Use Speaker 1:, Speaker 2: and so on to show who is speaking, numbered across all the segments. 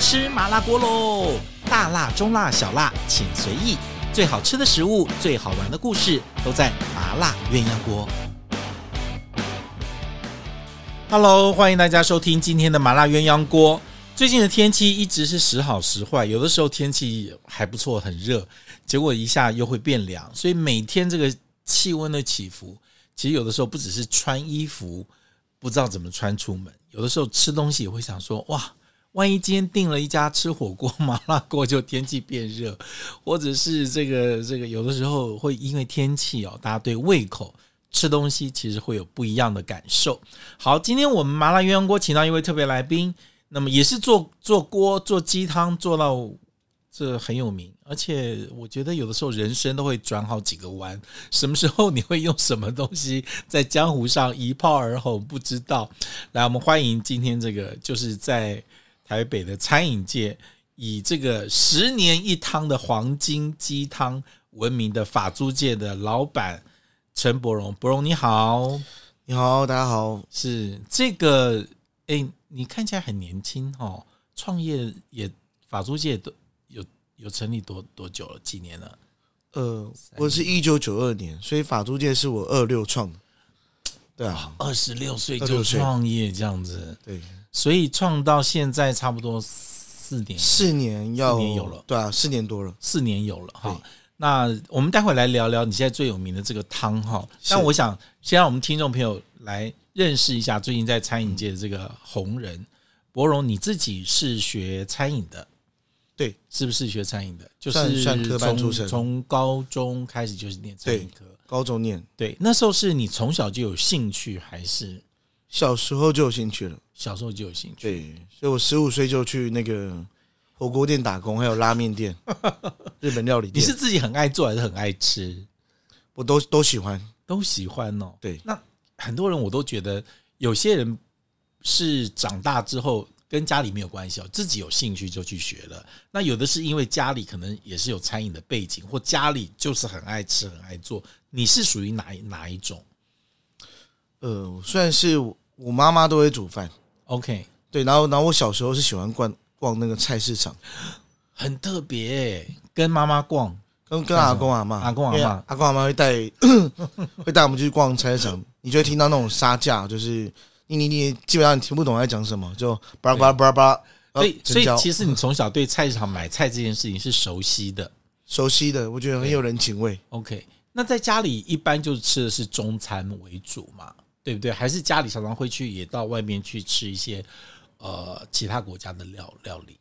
Speaker 1: 吃麻辣锅喽！大辣、中辣、小辣，请随意。最好吃的食物，最好玩的故事，都在麻辣鸳鸯锅。Hello，欢迎大家收听今天的麻辣鸳鸯锅。最近的天气一直是时好时坏，有的时候天气还不错，很热，结果一下又会变凉，所以每天这个气温的起伏，其实有的时候不只是穿衣服不知道怎么穿出门，有的时候吃东西也会想说，哇，万一今天订了一家吃火锅麻辣锅，就天气变热，或者是这个这个，有的时候会因为天气哦，大家对胃口吃东西其实会有不一样的感受。好，今天我们麻辣鸳鸯锅请到一位特别来宾，那么也是做做锅、做鸡汤做到这很有名，而且我觉得有的时候人生都会转好几个弯，什么时候你会用什么东西在江湖上一炮而红，不知道。来，我们欢迎今天这个就是在台北的餐饮界以这个十年一汤的黄金鸡汤闻名的法租界的老板陈伯荣，伯荣你好，
Speaker 2: 你好，大家好。
Speaker 1: 是这个哎，你看起来很年轻哦，创业也法租界都有有成立多多久了？几年了？
Speaker 2: 呃，我是一九九二年，所以法租界是我二六创的。对啊，
Speaker 1: 二十六岁就
Speaker 2: 26岁
Speaker 1: 创业这样子，
Speaker 2: 对，
Speaker 1: 所以创到现在差不多四年，
Speaker 2: 四年要
Speaker 1: 四年有了
Speaker 2: 对啊，四年多了。
Speaker 1: 四年有了哈
Speaker 2: 对。
Speaker 1: 那我们待会来聊聊你现在最有名的这个汤哈。
Speaker 2: 是
Speaker 1: 但我想先让我们听众朋友来认识一下最近在餐饮界的这个红人博荣，你自己是学餐饮的，
Speaker 2: 对，
Speaker 1: 是不是学餐饮的？就
Speaker 2: 算
Speaker 1: 是
Speaker 2: 算科班
Speaker 1: 从
Speaker 2: 出身
Speaker 1: 从高中开始就是念餐饮科。
Speaker 2: 高中念，
Speaker 1: 对，那时候是你从小就有兴趣，还是
Speaker 2: 小时候就有兴趣了。
Speaker 1: 小时候就有兴趣？
Speaker 2: 对，所以我十五岁就去那个火锅店打工，还有拉 面店、日本料理
Speaker 1: 你
Speaker 2: 店
Speaker 1: 是，自己很爱做还是很爱吃？
Speaker 2: 我都都喜欢。
Speaker 1: 都喜欢哦。
Speaker 2: 对，
Speaker 1: 那很多人我都觉得，有些人是长大之后跟家里没有关系哦，自己有兴趣就去学了。那有的是因为家里可能也是有餐饮的背景，或家里就是很爱吃、很爱做。你是属于哪一哪一种
Speaker 2: 呃，虽然是我我妈妈都会煮饭，
Speaker 1: ？OK，
Speaker 2: 对，然后然后我小时候是喜欢逛逛那个菜市场，
Speaker 1: 很特别耶、跟妈妈逛。
Speaker 2: 跟跟阿公阿妈，
Speaker 1: 阿公阿嬷
Speaker 2: 因为阿公阿妈会带 会带我们去逛菜市场，你就会听到那种杀价，就是你你你基本上你听不懂在讲什么，就巴拉巴拉巴拉巴拉，呃
Speaker 1: 所以，所以
Speaker 2: 成交
Speaker 1: 其实你从小对菜市场买菜这件事情是熟悉的。
Speaker 2: 熟悉的，我觉得很有人情味。
Speaker 1: OK，那在家里一般就吃的是中餐为主嘛，对不对？还是家里常常会去也到外面去吃一些呃其他国家的料料理，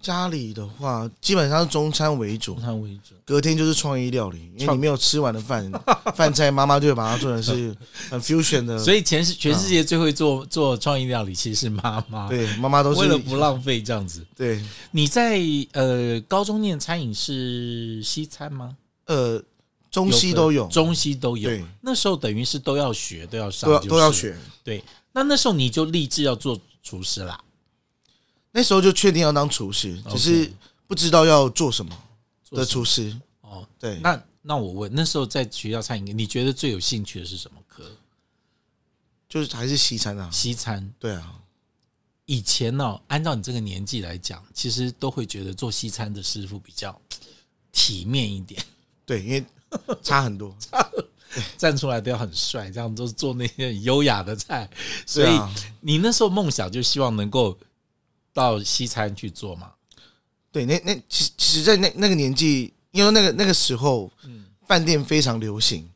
Speaker 2: 家里的话，基本上是中餐为主
Speaker 1: 中，餐为主。
Speaker 2: 隔天就是创意料理，因为
Speaker 1: 创
Speaker 2: 你没有吃完的饭饭菜，妈妈就会把它做成是很 fusion 的，
Speaker 1: 所以全世全世界最会做做创意料理其实是妈妈，
Speaker 2: 啊对妈妈都
Speaker 1: 为了
Speaker 2: 是
Speaker 1: 不浪费这样子。
Speaker 2: 对
Speaker 1: 你在呃高中念餐饮是西餐吗？
Speaker 2: 呃中西都有，
Speaker 1: 中西都有
Speaker 2: 对。
Speaker 1: 那时候等于是都要学，都要上
Speaker 2: 都要
Speaker 1: 就是
Speaker 2: 都要。学。
Speaker 1: 对，那那时候你就立志要做厨师啦。
Speaker 2: 那时候就确定要当厨师，只
Speaker 1: OK
Speaker 2: 是不知道要做什么。
Speaker 1: 做
Speaker 2: 的
Speaker 1: 什么
Speaker 2: 厨师。
Speaker 1: 哦，
Speaker 2: 对，
Speaker 1: 那那我问，那时候在学校餐饮，你觉得最有兴趣的是什么科？
Speaker 2: 就是还是西餐啊。
Speaker 1: 西餐。
Speaker 2: 对啊，
Speaker 1: 以前呢、按照你这个年纪来讲，其实都会觉得做西餐的师傅比较体面一点，
Speaker 2: 对，因为差很多。
Speaker 1: 站出来都要很帅，这样都是做那些很优雅的菜。 所
Speaker 2: 对
Speaker 1: 以
Speaker 2: 啊，
Speaker 1: 你那时候梦想就希望能够到西餐去做嘛？
Speaker 2: 对，那那其实其实，在那那个年纪，因为那个那个时候，
Speaker 1: 嗯
Speaker 2: 饭店非常流行。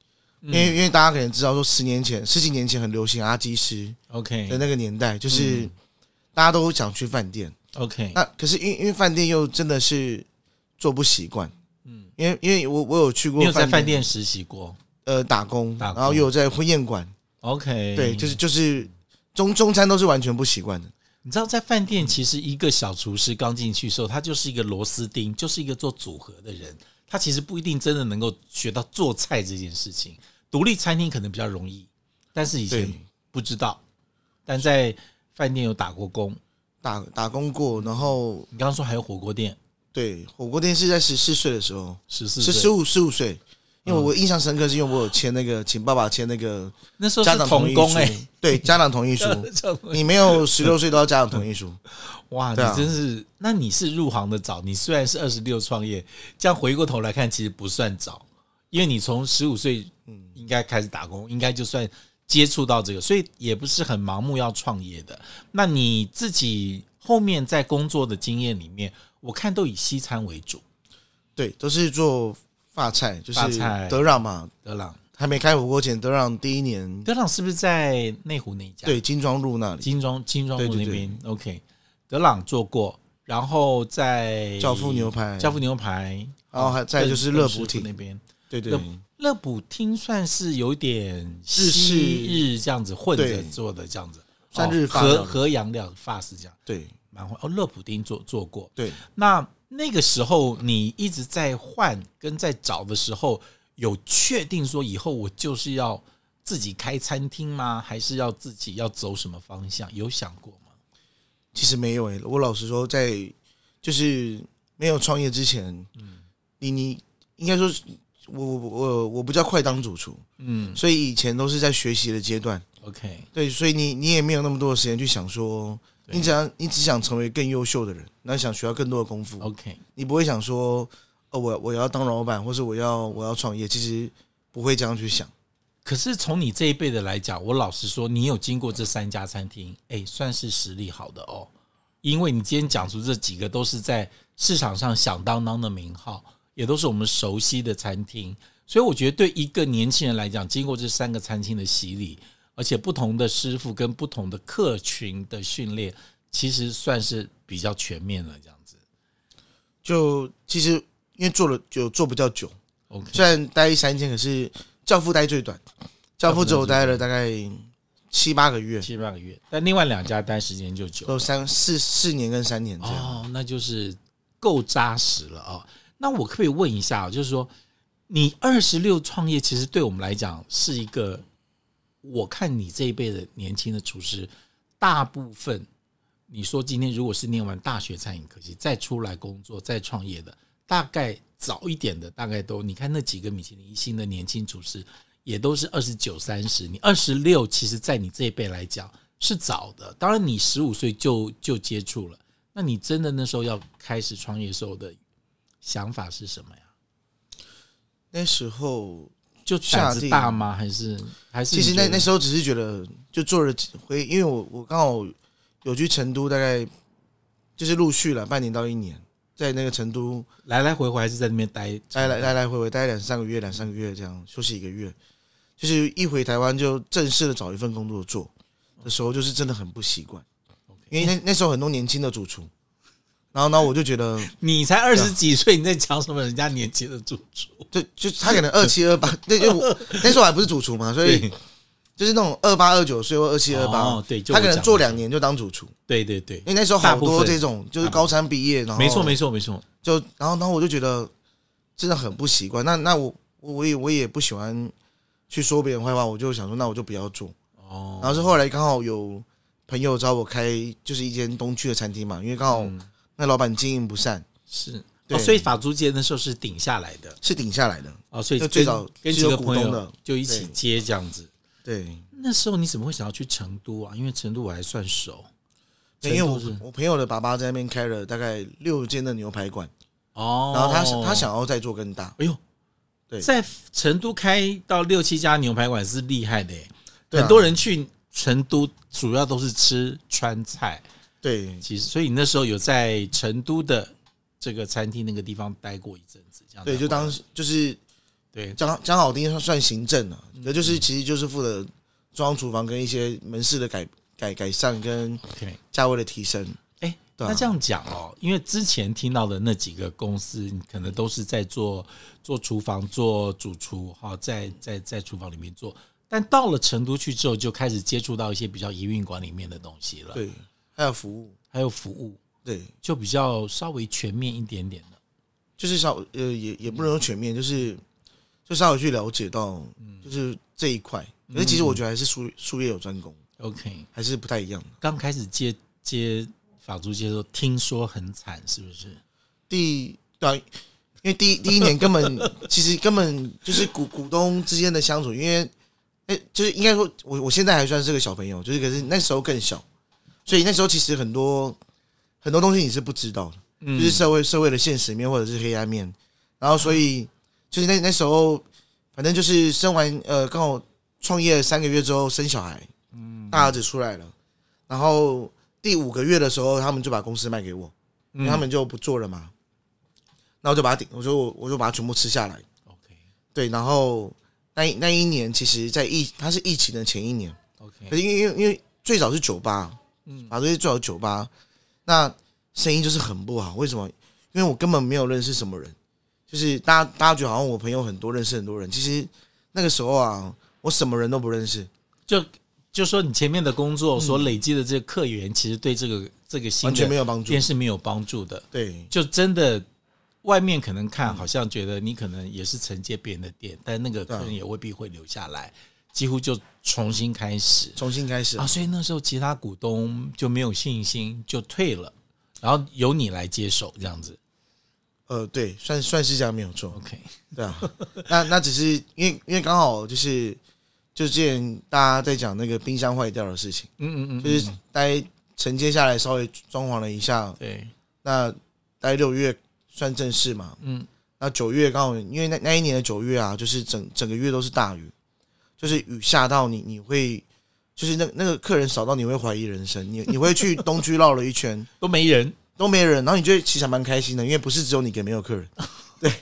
Speaker 2: 因为因为大家可能知道，说十年前、十几年前很流行阿基师
Speaker 1: OK
Speaker 2: 的那个年代，就是
Speaker 1: 嗯
Speaker 2: 大家都想去饭店。
Speaker 1: 哎 OK，
Speaker 2: 那可是因为因为饭店又真的是做不习惯，嗯，因为因为我我有去过
Speaker 1: 你有在饭店实习过
Speaker 2: 呃打工，
Speaker 1: 打工哎
Speaker 2: 然后又有在婚宴馆，
Speaker 1: ？OK，
Speaker 2: 对，就是就是中中餐都是完全不习惯的。
Speaker 1: 你知道，在饭店其实一个小厨师刚进去的时候，他就是一个螺丝钉，就是一个做组合的人，他其实不一定真的能够学到做菜这件事情。独立餐厅可能比较容易，但是以前
Speaker 2: 对
Speaker 1: 不知道，但在饭店有打过工。
Speaker 2: 打打工过，然后
Speaker 1: 你刚刚说还有火锅店，
Speaker 2: 对火锅店是在十四岁的时候，
Speaker 1: 十四
Speaker 2: 十十
Speaker 1: 岁嗯
Speaker 2: 五十五岁，因为我印象深刻，是因为我有签那个，请爸爸签那个
Speaker 1: 那时候
Speaker 2: 家
Speaker 1: 是
Speaker 2: 长同
Speaker 1: 童
Speaker 2: 意
Speaker 1: 工
Speaker 2: 书
Speaker 1: 哎、，
Speaker 2: 对，家长同 意书，你没有十六岁都要家长同意书，
Speaker 1: 哇，你
Speaker 2: 对啊
Speaker 1: 真是，那你是入行的早。你虽然是二十六创业，这样回过头来看，其实不算早，因为你从十五岁
Speaker 2: 嗯
Speaker 1: 应该开始打工，应该就算接触到这个，所以也不是很盲目要创业的。那你自己后面在工作的经验里面，我看都以西餐为主，
Speaker 2: 对，都是做发菜，就是
Speaker 1: 发菜
Speaker 2: 德让嘛，
Speaker 1: 德朗，
Speaker 2: 还没开火锅前，德让第一年，
Speaker 1: 德朗是不是在内湖那一家？，
Speaker 2: 对，金庄路那里，
Speaker 1: 金庄金庄路
Speaker 2: 对
Speaker 1: 那
Speaker 2: 对
Speaker 1: 边。OK，德朗做过，然后在
Speaker 2: 教父牛排，
Speaker 1: 教父牛排，
Speaker 2: 然后还再就是乐普
Speaker 1: 挺
Speaker 2: 町
Speaker 1: 那边。
Speaker 2: 对对
Speaker 1: 乐乐普汀算是有点
Speaker 2: 日式
Speaker 1: 西日这样子混着
Speaker 2: 对
Speaker 1: 做的这样子，哦
Speaker 2: 算日
Speaker 1: 和
Speaker 2: 法料
Speaker 1: 和
Speaker 2: 理
Speaker 1: 和洋料法式这样，
Speaker 2: 对
Speaker 1: 蛮会哦。乐普汀做做过，
Speaker 2: 对，
Speaker 1: 那那个时候你一直在换跟在找的时候，有确定说以后我就是要自己开餐厅吗？还是要自己要走什么方向？有想过吗？
Speaker 2: 其实没有诶、我老实说，在就是没有创业之前，嗯你你应该说是，我我我我不叫快当主厨，
Speaker 1: 嗯
Speaker 2: 所以以前都是在学习的阶段，
Speaker 1: ，OK，
Speaker 2: 对，所以你你也没有那么多的时间去想说，
Speaker 1: 对
Speaker 2: 你只要你只想成为更优秀的人，然后想学到更多的功夫，
Speaker 1: OK，
Speaker 2: 你不会想说，哦，我我要当老板，或是我要我要创业，其实不会这样去想。
Speaker 1: 可是从你这一辈的来讲，我老实说，你有经过这三家餐厅，哎，算是实力好的哦。因为你今天讲出这几个都是在市场上响当当的名号，也都是我们熟悉的餐厅，所以我觉得对一个年轻人来讲，经过这三个餐厅的洗礼，而且不同的师傅跟不同的客群的训练，其实算是比较全面了。这样子
Speaker 2: 就其实因为做了就做比较久，
Speaker 1: ，OK，
Speaker 2: 虽然待三天，可是教父待最短，教父只有待了大概七八个月，
Speaker 1: 七八个月，但另外两家待时间就久了。
Speaker 2: 都三四四年跟三年这样。
Speaker 1: 哦，那就是够扎实了哦。那我可不可以问一下哦，就是说，你二十六创业，其实对我们来讲是一个，我看你这一辈的年轻的厨师，大部分你说今天如果是念完大学餐饮科系再出来工作再创业的，大概早一点的大概都，你看那几个米其林一星的年轻厨师，也都是二十九、三十。你二十六，其实在你这一辈来讲是早的。当然，你十五岁就就接触了。那你真的那时候要开始创业的时候的想法是什么呀？
Speaker 2: 那时候
Speaker 1: 就胆子大吗？还是还是
Speaker 2: 其实
Speaker 1: 你
Speaker 2: 那
Speaker 1: 觉
Speaker 2: 那
Speaker 1: 得
Speaker 2: 时候只是觉得就做了几回，因为我我刚好有去成都，大概就是陆续了半年到一年，在那个成都
Speaker 1: 来来回回还是在那边待
Speaker 2: 来来来来回回待两三个月，两三个月这样休息一个月，就是一回台湾就正式的找一份工作做的时候，就是真的很不习惯，
Speaker 1: 哦
Speaker 2: 因为那那时候很多年轻的主厨，然后呢我就 觉得，
Speaker 1: 你
Speaker 2: 哎
Speaker 1: 才二十几岁，你在讲什么？人家年轻的主厨，
Speaker 2: 就就他可能二七二八，对，因为我那时候还不是主厨嘛，所以就是那种二八二九岁或二七二八
Speaker 1: 哦，对就
Speaker 2: 他
Speaker 1: 我
Speaker 2: 可能
Speaker 1: 讲
Speaker 2: 做
Speaker 1: 的
Speaker 2: 两年就当主厨，
Speaker 1: 对对对
Speaker 2: 因，为那时候
Speaker 1: 大
Speaker 2: 好
Speaker 1: 部
Speaker 2: 多
Speaker 1: 分
Speaker 2: 这种就是高三毕业，然后
Speaker 1: 没错没错没错，
Speaker 2: 就然后然后我就觉得真的很不习惯。那那我我我也我也不喜欢去说别人坏话，我就想说那我就不要做。然
Speaker 1: 哦，
Speaker 2: 后是后来刚好有朋友找我开就是一间东区的餐厅嘛，因为刚好那老板经营不善
Speaker 1: 是。
Speaker 2: 对
Speaker 1: 哦，所以法租界那时候是顶下来的
Speaker 2: 是顶下来的，
Speaker 1: 哦，所以
Speaker 2: 就
Speaker 1: 跟
Speaker 2: 最早
Speaker 1: 跟
Speaker 2: 是
Speaker 1: 几
Speaker 2: 有
Speaker 1: 个
Speaker 2: 股
Speaker 1: 朋
Speaker 2: 东
Speaker 1: 友
Speaker 2: 的
Speaker 1: 就一起
Speaker 2: 对
Speaker 1: 接这样子。
Speaker 2: 对。
Speaker 1: 那时候你怎么会想要去成都啊？因为成都我还算熟，
Speaker 2: 因为
Speaker 1: 成都
Speaker 2: 我
Speaker 1: 是
Speaker 2: 我朋友的爸爸在那边开了大概六间的牛排馆，
Speaker 1: 哦，
Speaker 2: 然后他想他想要再做更大，
Speaker 1: 哎呦，
Speaker 2: 对
Speaker 1: 在成都开到六七家牛排馆是厉害的耶、
Speaker 2: 对啊
Speaker 1: 很多人去成都主要都是吃川菜，
Speaker 2: 对
Speaker 1: 其实所以你那时候有在成都的这个餐厅那个地方待过一阵子，这样
Speaker 2: 对，就当时就是
Speaker 1: 对
Speaker 2: 江江好丁算算行政了，那就是其实就是负责中央厨房跟一些门市的改改改善跟
Speaker 1: OK。
Speaker 2: 价位的提升。
Speaker 1: 哎，
Speaker 2: 对啊
Speaker 1: 那这样讲哦，因为之前听到的那几个公司，你可能都是在做做厨房、做主厨，哈，在在在厨房里面做。但到了成都去之后，就开始接触到一些比较营运管理面的东西了，
Speaker 2: 对，还有服务，
Speaker 1: 还有服务，
Speaker 2: 对，
Speaker 1: 就比较稍微全面一点点的。
Speaker 2: 就是稍呃也也不能说全面，就是就稍微去了解到，就是这一块。可是其实我觉得还是术术业有专攻，
Speaker 1: OK，
Speaker 2: 还是不太一样的。
Speaker 1: 刚开始接接法租界的时候，听说很惨，是不是？
Speaker 2: 第对啊、因为第一第一年根本其实根本就是股股东之间的相处，因为哎、就是应该说，我我现在还算是个小朋友，就是可是那时候更小，所以那时候其实很多很多东西你是不知道的，
Speaker 1: 嗯
Speaker 2: 就是社会社会的现实面或者是黑暗面，然后所以就是那那时候，反正就是生完呃刚好创业三个月之后生小孩，大儿子出来了，然后第五个月的时候他们就把公司卖给我，因为他们就不做了嘛，那我就把它顶，我就我就把它全部吃下来。
Speaker 1: OK
Speaker 2: 对，然后那一那一年，其实，在疫它是疫情的前一年，可
Speaker 1: OK，
Speaker 2: 是因为因为因为最早是酒吧，嗯，法最早是酒吧，那生意就是很不好。为什么？因为我根本没有认识什么人，就是大家大家觉得好像我朋友很多，认识很多人，其实那个时候啊，我什么人都不认识，
Speaker 1: 就就说你前面的工作所累积的这个客源，其实对这个这个新
Speaker 2: 嗯完全没
Speaker 1: 的
Speaker 2: 有帮助
Speaker 1: 店。是没有帮助的。
Speaker 2: 对
Speaker 1: 就真的外面可能看好像觉得你可能也是承接别人的店，但那个客
Speaker 2: 啊
Speaker 1: 人也未必会留下来，几乎就重新开始
Speaker 2: 重新开始
Speaker 1: 啊。所以那时候其他股东就没有信心，就退了，然后由你来接手这样子。
Speaker 2: 呃，对，算算是这样没有错。
Speaker 1: OK，
Speaker 2: 对啊，那那只是因为因为刚好就是就之前大家在讲那个冰箱坏掉的事情，
Speaker 1: 嗯嗯嗯，
Speaker 2: 就是待承接下来稍微装潢了一下，
Speaker 1: 对，
Speaker 2: 那待六月算正式嘛，
Speaker 1: 嗯，
Speaker 2: 那九月刚好因为那那一年的九月啊，就是整整个月都是大雨，就是雨下到你你会。就是那那个客人少到你会怀疑人生，你你会去东区绕了一圈，
Speaker 1: 都没人。
Speaker 2: 都没人，然后你就会其实还蛮开心的，因为不是只有你给没有客人， 对。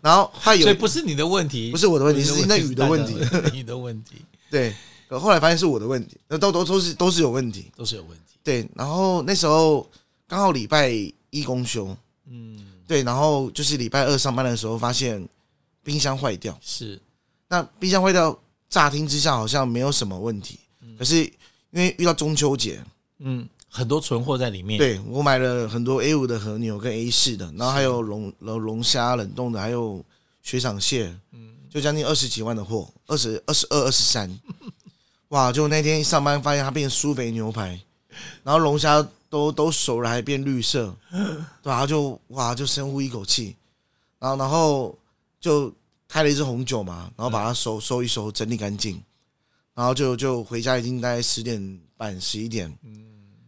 Speaker 2: 然后他有
Speaker 1: 所以不是你的问题，
Speaker 2: 不是我的问题，是那雨的问题。
Speaker 1: 大家，你的问题
Speaker 2: 对，可后来发现是我的问题，那都都都是都是有问题。
Speaker 1: 都是有问题。
Speaker 2: 对，然后那时候刚好礼拜一公休，
Speaker 1: 嗯，
Speaker 2: 对，然后就是礼拜二上班的时候发现冰箱坏掉。
Speaker 1: 是
Speaker 2: 那冰箱坏掉，乍听之下好像没有什么问题，可是因为遇到中秋节，
Speaker 1: 嗯，很多存货在里面。
Speaker 2: 对我买了很多 A 五的和牛跟 A 四的，然后还有龙龙龙虾冷冻的，还有雪场蟹，就将近二十几万的货，二十二十二、二十三， 哇！就那天一上班发现它变苏肥牛排，然后龙虾都都熟了还变绿色，对吧、就哇就深呼一口气，然后然后就开了一支红酒嘛，然后把它收收一收，整理干净，然后就就回家已经大概十点半十一点，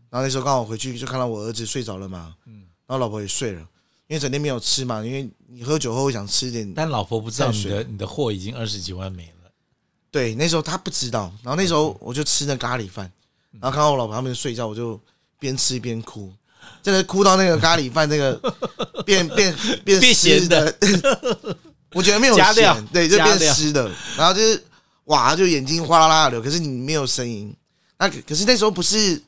Speaker 2: 然后那时候刚好回去就看到我儿子睡着了嘛，然后老婆也睡了，因为整天没有吃嘛，因为你喝酒后会想吃一点
Speaker 1: 但老婆不知道
Speaker 2: 淡
Speaker 1: 你
Speaker 2: 水
Speaker 1: 的你的货已经二十几万没了。
Speaker 2: 对，那时候他不知道，然后那
Speaker 1: 嗯
Speaker 2: 时候我就吃那咖喱饭，然后看到我老婆他们睡觉，我就边吃边哭，真的哭到那个咖喱饭 那个变变变
Speaker 1: 变
Speaker 2: 湿
Speaker 1: 咸
Speaker 2: 的， 我觉得没有
Speaker 1: 加
Speaker 2: 咸
Speaker 1: 料
Speaker 2: 对，就
Speaker 1: 加
Speaker 2: 变
Speaker 1: 料
Speaker 2: 湿的，然后就是哇，就眼睛哗啦啦的流，可是你没有声音，那可可是那时候不是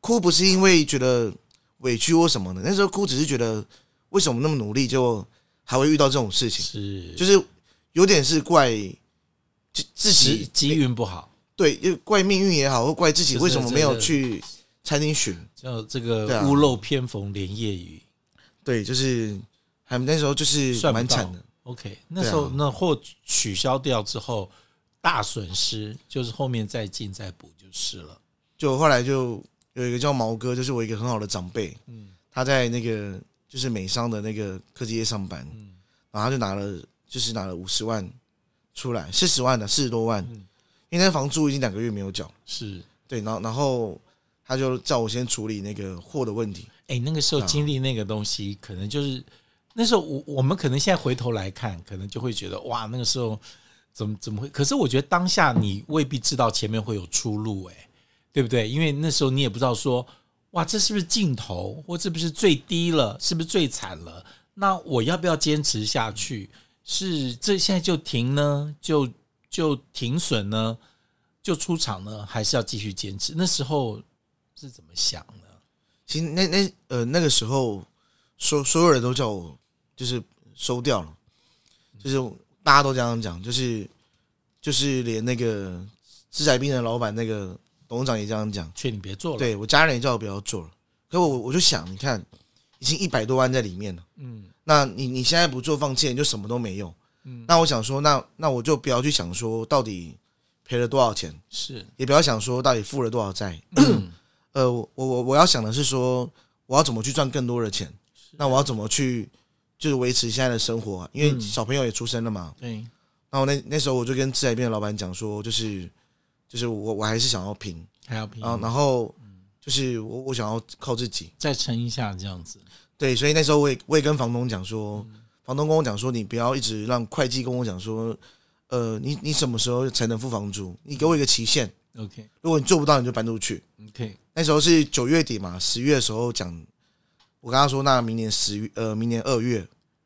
Speaker 2: 哭，不是因为觉得委屈或什么的，那时候哭只是觉得为什么那么努力就还会遇到这种事情，
Speaker 1: 是，
Speaker 2: 就是有点是怪。自自己
Speaker 1: 机机运不好，
Speaker 2: 对，又怪命运也好，或怪自己
Speaker 1: 就是
Speaker 2: 为什么没有去餐厅寻。
Speaker 1: 叫这
Speaker 2: 对
Speaker 1: 个
Speaker 2: 啊
Speaker 1: 屋漏偏逢连夜雨，
Speaker 2: 对，就是还那时候就是
Speaker 1: 算不
Speaker 2: 蛮
Speaker 1: 到
Speaker 2: 惨的。。
Speaker 1: OK，那时候、
Speaker 2: 对啊
Speaker 1: 那货取消掉之后，大损失就是后面再进再补就是了。
Speaker 2: 就后来就有一个叫毛哥，就是我一个很好的长辈，嗯，他在那个就是美商的那个科技业上班，嗯，然后他就拿了就是拿了五十万出来，四十万的啊四十多万，
Speaker 1: 嗯
Speaker 2: 因为那房租已经两个月没有缴，
Speaker 1: 是，
Speaker 2: 对，然后然后他就叫我先处理那个货的问题，
Speaker 1: 哎、那个时候经历那个东西，可能就是那时候我我们可能现在回头来看，可能就会觉得哇，那个时候怎么怎么会？可是我觉得当下你未必知道前面会有出路、哎，对不对？因为那时候你也不知道说哇，这是不是尽头，或这不是最低了，是不是最惨了？那我要不要坚持下去？是这现在就停呢，就就停损呢，就出场呢，还是要继续坚持？那时候是怎么想呢？
Speaker 2: 其实那那呃那个时候，所所有人都叫我就是收掉了，就是大家都这样讲，就是就是连那个制裁兵的老板那个董事长也这样讲，
Speaker 1: 劝你别做了。
Speaker 2: 对我家人也叫我不要做了。可我我就想，你看已经一百多万在里面了，
Speaker 1: 嗯，
Speaker 2: 那你你现在不做放弃，你就什么都没有。那我想说，那那我就不要去想说到底赔了多少钱，
Speaker 1: 是，
Speaker 2: 也不要想说到底付了多少债。
Speaker 1: 嗯
Speaker 2: 呃，我我我我要想的是说，我要怎么去赚更多的钱？那我要怎么去就是维持现在的生活啊，因为
Speaker 1: 嗯
Speaker 2: 小朋友也出生了嘛。
Speaker 1: 对，
Speaker 2: 然后那那时候我就跟自然店的老板讲说，就是就是我我还是想要拼
Speaker 1: 还要拼，
Speaker 2: 啊，然后就是我我想要靠自己。
Speaker 1: 再撑一下这样子。
Speaker 2: 对，所以那时候我也我也跟房东讲说，房东跟我讲说，你不要一直让会计跟我讲说，呃，你你什么时候才能付房租？你给我一个期限，
Speaker 1: OK
Speaker 2: 如果你做不到，你就搬出去。
Speaker 1: OK，
Speaker 2: 那时候是九月底嘛，十月的时候讲，我跟他说，那明年十月呃，明年二月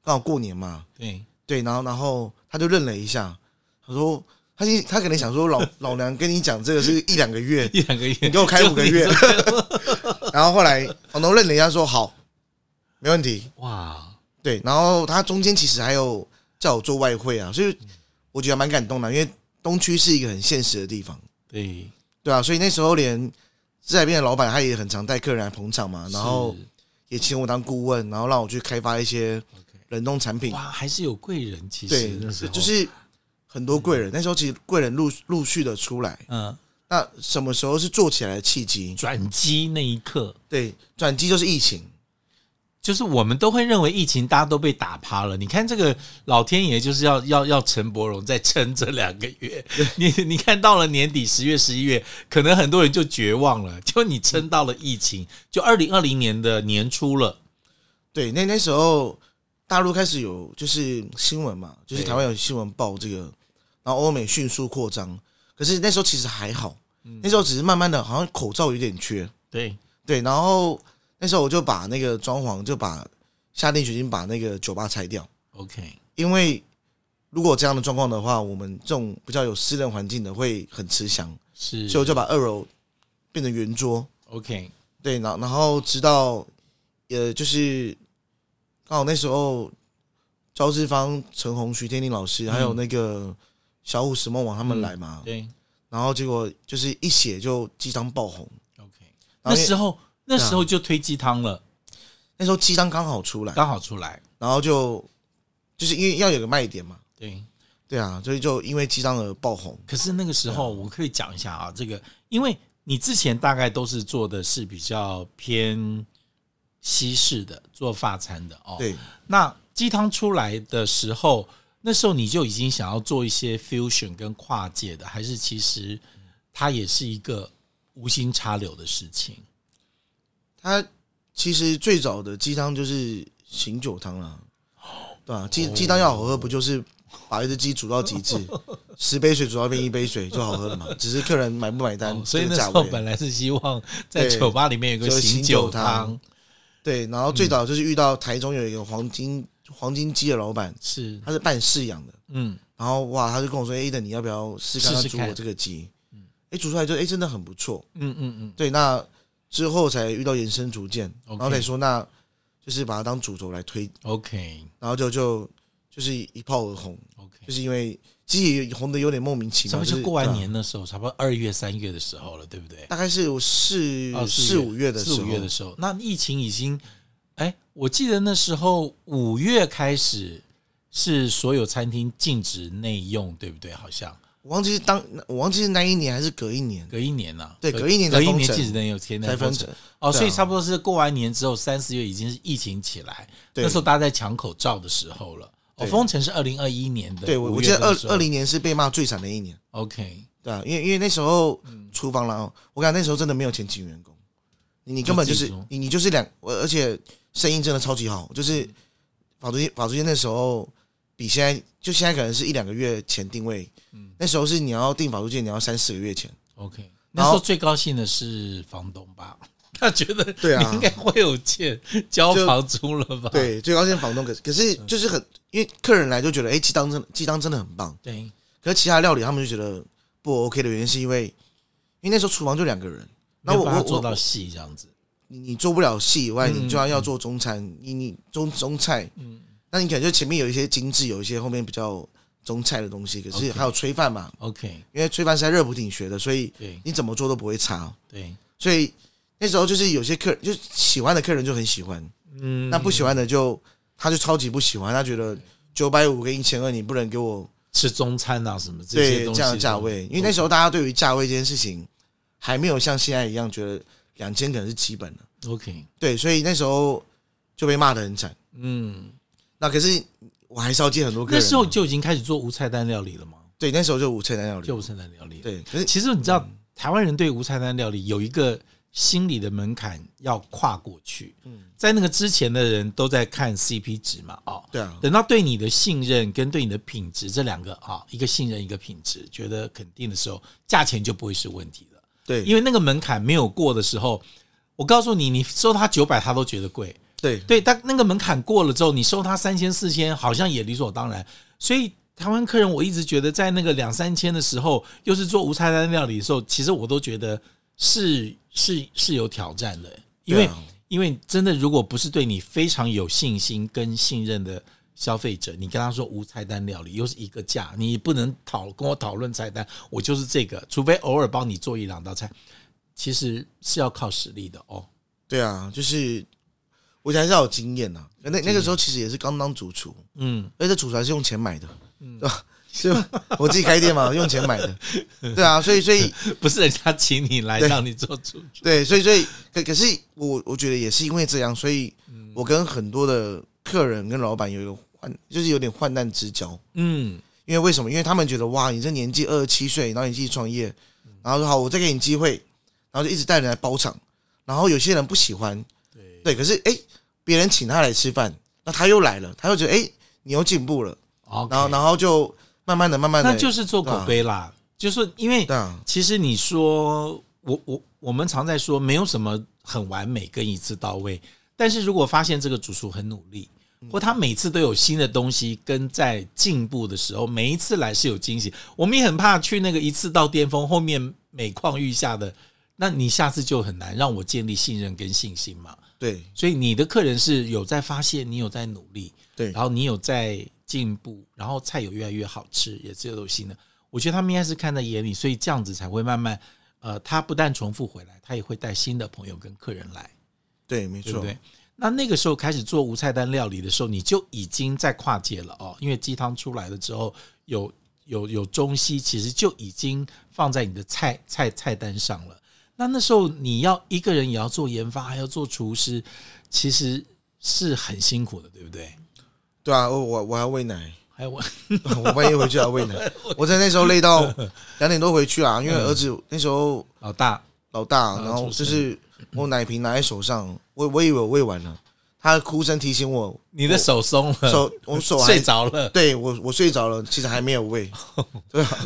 Speaker 2: 刚好过年嘛，
Speaker 1: 对，
Speaker 2: 对，然后然后他就愣了一下，他说他心他可能想说老 老娘跟你讲这个是一两 个月，
Speaker 1: 一两个月，
Speaker 2: 你给我开五个月， 然后后来房东愣了一下说好，没问题，
Speaker 1: 哇，
Speaker 2: 对，然后他中间其实还有叫我做外汇啊，所以我觉得蛮感动的，因为东区是一个很现实的地方，
Speaker 1: 对，
Speaker 2: 对啊，所以那时候连自然店的老板他也很常带客人来捧场嘛，然后
Speaker 1: 是
Speaker 2: 也请我当顾问，然后让我去开发一些
Speaker 1: OK
Speaker 2: 冷冻产品，
Speaker 1: 哇，还是有贵人，其
Speaker 2: 对
Speaker 1: 实那，时
Speaker 2: 是
Speaker 1: 候
Speaker 2: 就是很多贵人，那时候其实贵人陆陆续的出来，
Speaker 1: 嗯，
Speaker 2: 那什么时候是做起来的契机？
Speaker 1: 转机那一刻，
Speaker 2: 对，转机就是疫情，
Speaker 1: 就是我们都会认为疫情大家都被打趴了。你看这个老天爷就是要要要陈柏荣再撑这两个月， 你你看到了年底十月十一月，可能很多人就绝望了，就你撑到了疫情，就二零二零年的年初了，
Speaker 2: 对，那那时候大陆开始有就是新闻嘛，就是
Speaker 1: 对
Speaker 2: 台湾有新闻报这个，然后欧美迅速扩张，可是那时候其实还好，
Speaker 1: 嗯
Speaker 2: 那时候只是慢慢的，好像口罩有点缺，
Speaker 1: 对，
Speaker 2: 对，然后那时候我就把那个装潢就把下定决心把那个酒吧拆掉，
Speaker 1: OK，
Speaker 2: 因为如果这样的状况的话，我们这种比较有私人环境的会很吃香，
Speaker 1: 是
Speaker 2: 所以我就把二楼变成圆桌，
Speaker 1: OK，
Speaker 2: 对，然后然后直到呃，就是刚好那时候赵志芳、陈红、徐天林老师，还有那个小虎石梦王他们来嘛，
Speaker 1: 对
Speaker 2: 然后结果就是一写就鸡汤爆红，
Speaker 1: OK，那
Speaker 2: 然后因为啊
Speaker 1: 时候那时候就推鸡汤了，
Speaker 2: 那时候鸡汤刚好出来，
Speaker 1: 刚好出来，
Speaker 2: 然后就就是因为要有个卖点嘛，
Speaker 1: 对。
Speaker 2: 对啊，所以就因为鸡汤而爆红，
Speaker 1: 可是那个时候，我可以讲一下啊，这个，因为你之前大概都是做的是比较偏西式的，做法餐的哦。。
Speaker 2: 对
Speaker 1: 那鸡汤出来的时候，那时候你就已经想要做一些 fusion 跟跨界的，还是其实它也是一个无心插柳的事情？
Speaker 2: 他其实最早的鸡汤就是醒酒汤啦、对吧、
Speaker 1: 哦
Speaker 2: 鸡鸡汤要好喝，不就是把一只鸡煮到 极致，十杯水煮到变一杯水就好喝了嘛？只是客人买不买单，
Speaker 1: 哦所以
Speaker 2: 这
Speaker 1: 那
Speaker 2: 个
Speaker 1: 时
Speaker 2: 价
Speaker 1: 候
Speaker 2: 位。
Speaker 1: 本来是希 望在
Speaker 2: 对
Speaker 1: 酒吧里面有个
Speaker 2: 就
Speaker 1: 醒
Speaker 2: 醒
Speaker 1: 酒
Speaker 2: 酒汤
Speaker 1: 汤，
Speaker 2: 对，然后最早就是遇到台中有一个黄金黄金鸡的老板，
Speaker 1: 是
Speaker 2: 他是办饲养的，
Speaker 1: 嗯，
Speaker 2: 然后哇，他就跟我说：“哎、等你要不要试看
Speaker 1: 试
Speaker 2: 看
Speaker 1: 试
Speaker 2: 煮
Speaker 1: 看
Speaker 2: 我这个鸡？”哎、煮出来就哎、真的很不错。
Speaker 1: 嗯嗯嗯，
Speaker 2: 对，那之后才遇到延伸逐渐，然后
Speaker 1: OK
Speaker 2: 才说那就是把它当主轴来推，
Speaker 1: OK
Speaker 2: 然后就就就是一炮而红。
Speaker 1: OK，
Speaker 2: 就是因为自己红的有点莫名其
Speaker 1: 差
Speaker 2: 妙，
Speaker 1: 不多
Speaker 2: 就是
Speaker 1: 就过完，
Speaker 2: 对啊
Speaker 1: 年的时候，差不多二月三月的时候了，对不对？
Speaker 2: 大概是有四
Speaker 1: 哦
Speaker 2: 四五月的时候，
Speaker 1: 四五月的时候，那疫情已经，哎，我记得那时候五月开始是所有餐厅禁止内用，对不对？好像
Speaker 2: 我忘记是当我忘记是那一年还是隔一年
Speaker 1: 隔一年呐、啊，
Speaker 2: 对隔一年才
Speaker 1: 隔一
Speaker 2: 封
Speaker 1: 年
Speaker 2: 城
Speaker 1: 禁止内用，天天
Speaker 2: 才
Speaker 1: 封
Speaker 2: 分
Speaker 1: 城
Speaker 2: 成。
Speaker 1: 哦，
Speaker 2: 对啊
Speaker 1: 所以差不多是过完年之后，三四月已经是疫情起来，
Speaker 2: 对
Speaker 1: 那时候大家在抢口罩的时候了。哦，
Speaker 2: 对
Speaker 1: 封城是二零二一年的5月份的时候，
Speaker 2: 对我我记得二二零年是被骂最惨的一年，
Speaker 1: ，OK，
Speaker 2: 对啊，因为因为那时候厨房啦，哦我感觉那时候真的没有前请员工，你你根本就
Speaker 1: 就是自己做
Speaker 2: 你你就是两，我而且生意真的超级好，就是法租界法租界那时候比现在就现在可能是一两个月前定位，那时候是你要订法租界你要三四个月前，
Speaker 1: OK，那
Speaker 2: 然
Speaker 1: 时
Speaker 2: 后
Speaker 1: 候最高兴的是房东吧， 他觉得
Speaker 2: 对 啊
Speaker 1: 你应该会有钱交房租了吧？
Speaker 2: 对，最高兴房东可可是就是很，因为客人来就觉得，哎、鸡汤真鸡汤真的很棒。
Speaker 1: 对
Speaker 2: 可是其他料理他们就觉得不 OK 的原因，是因为因为那时候厨房就两个人，
Speaker 1: 没
Speaker 2: 那
Speaker 1: 有
Speaker 2: 我
Speaker 1: 办法
Speaker 2: 我
Speaker 1: 做到
Speaker 2: 我
Speaker 1: 细这样子，
Speaker 2: 你你做不了戏以外，
Speaker 1: 嗯
Speaker 2: 你就要要做中餐，你你中中菜，
Speaker 1: 嗯
Speaker 2: 那你可能就前面有一些精致，有一些后面比较中菜的东西，可是
Speaker 1: OK
Speaker 2: 还有炊饭嘛，
Speaker 1: ，OK，
Speaker 2: 因为炊饭是在热普挺学的，所以
Speaker 1: 对
Speaker 2: 你怎么做都不会差，哦
Speaker 1: 对，
Speaker 2: 所以。那时候就是有些客人，就是喜欢的客人就很喜欢，
Speaker 1: 嗯
Speaker 2: 那不喜欢的就他就超级不喜欢，他觉得九百五跟一千二你不能给我
Speaker 1: 吃中餐啊什么这些
Speaker 2: 对
Speaker 1: 东西
Speaker 2: 这样的价位，因为那时
Speaker 1: 候
Speaker 2: 候大家对于价位这件事情还没有像现在一样觉得两千可能是基本的，
Speaker 1: OK，
Speaker 2: 对，所以那时候就被骂得很惨。
Speaker 1: 嗯，
Speaker 2: 那可是我还是要接很多客
Speaker 1: 那
Speaker 2: 人。啊
Speaker 1: 时候就已经开始做无菜单料理了吗？
Speaker 2: 对，那时候就五菜单料理
Speaker 1: 就。无菜单料理。
Speaker 2: 对，可是
Speaker 1: 其实你知道，台湾人对无菜单料理有一个心理的门槛要跨过去。在那个之前的人都在看 CP 值嘛，哦，
Speaker 2: 对啊，
Speaker 1: 等到对你的信任跟对你的品质这两个啊、一个信任一个品质，觉得肯定的时候，价钱就不会是问题了。
Speaker 2: 对，
Speaker 1: 因
Speaker 2: 为
Speaker 1: 为那个门槛没有过的时候，我告诉你，你收他九百，他都觉得贵。
Speaker 2: 对
Speaker 1: 对，但那个门槛过了之后，你收他三千四千，好像也理所当然。所以台湾客人，我一直觉得在那个两三千的时候，又是做无菜单料理的时候，其实我都觉得是是是有挑战的，因为、
Speaker 2: 对啊
Speaker 1: 因为真的如果不是对你非常有信心跟信任的。消费者，你跟他说无菜单料理又是一个价，你不能讨跟我讨论菜单，我就是这个，除非偶尔帮你做一两道菜，其实是要靠实力的哦。
Speaker 2: 对啊，就是我还是要有经验呐、啊。那那个时候其实也是刚当主厨，
Speaker 1: 嗯，
Speaker 2: 而且主厨还是用钱买的， 对吧？所以我自己开店嘛，用钱买的，对啊，所以所以
Speaker 1: 不是人家请你来
Speaker 2: 对
Speaker 1: 让你做主厨，
Speaker 2: 对，所以所以可可是我我觉得也是因为这样，所以
Speaker 1: 嗯
Speaker 2: 我跟很多的客人跟老板有一个患，就是有点患难之交。
Speaker 1: 嗯，
Speaker 2: 因为为什么？因为他们觉得哇，你这年纪二十七岁，然后你自己创业，然后说好，我再给你机会，然后就一直带人来包场。然后有些人不喜欢，
Speaker 1: 对，
Speaker 2: 对，可是哎，别人请他来吃饭，那他又来了，他又觉得哎，你又进步了，
Speaker 1: o
Speaker 2: 然后然后就慢慢的、慢慢的，
Speaker 1: 那就是做口碑啦，就是因为
Speaker 2: 对啊，
Speaker 1: 其实你说我我我们常在说没有什么很完美跟一次到位，但是如果发现这个主厨很努力，或他每次都有新的东西跟在进步的时候，每一次来是有惊喜。我们也很怕去那个一次到巅峰，后面每况愈下的，那你下次就很难让我建立信任跟信心嘛。
Speaker 2: 对
Speaker 1: 所以你的客人是有在发现，你有在努力，
Speaker 2: 对
Speaker 1: 然后你有在进步，然后菜有越来越好吃，也是有新的。我觉得他们应该是看在眼里，所以这样子才会慢慢，呃，他不但重复回来，他也会带新的朋友跟客人来，
Speaker 2: 对，没
Speaker 1: 对不
Speaker 2: 错，
Speaker 1: 对？那那个时候开始做无菜单料理的时候，你就已经在跨界了哦，因为鸡汤出来了之后，有有有中西，其实就已经放在你的菜菜菜单上了。那那时候你要一个人也要做研发，还要做厨师，其实是很辛苦的，对不对？
Speaker 2: 对啊，我我我还要喂奶，
Speaker 1: 还有我，
Speaker 2: 我半夜回去还要喂奶，我在那时候累到两点多回去啊，因为儿子那时候
Speaker 1: 老大，
Speaker 2: 老大，
Speaker 1: 啊
Speaker 2: 然后
Speaker 1: 出
Speaker 2: 就
Speaker 1: 生
Speaker 2: 是我奶瓶拿在手上，我我以为我喂完了，他哭声提醒我，
Speaker 1: 你的手松了，
Speaker 2: 手我手
Speaker 1: 嗯睡
Speaker 2: 还
Speaker 1: 着哦了，
Speaker 2: 对我我睡着了，其实还没有喂，对啊，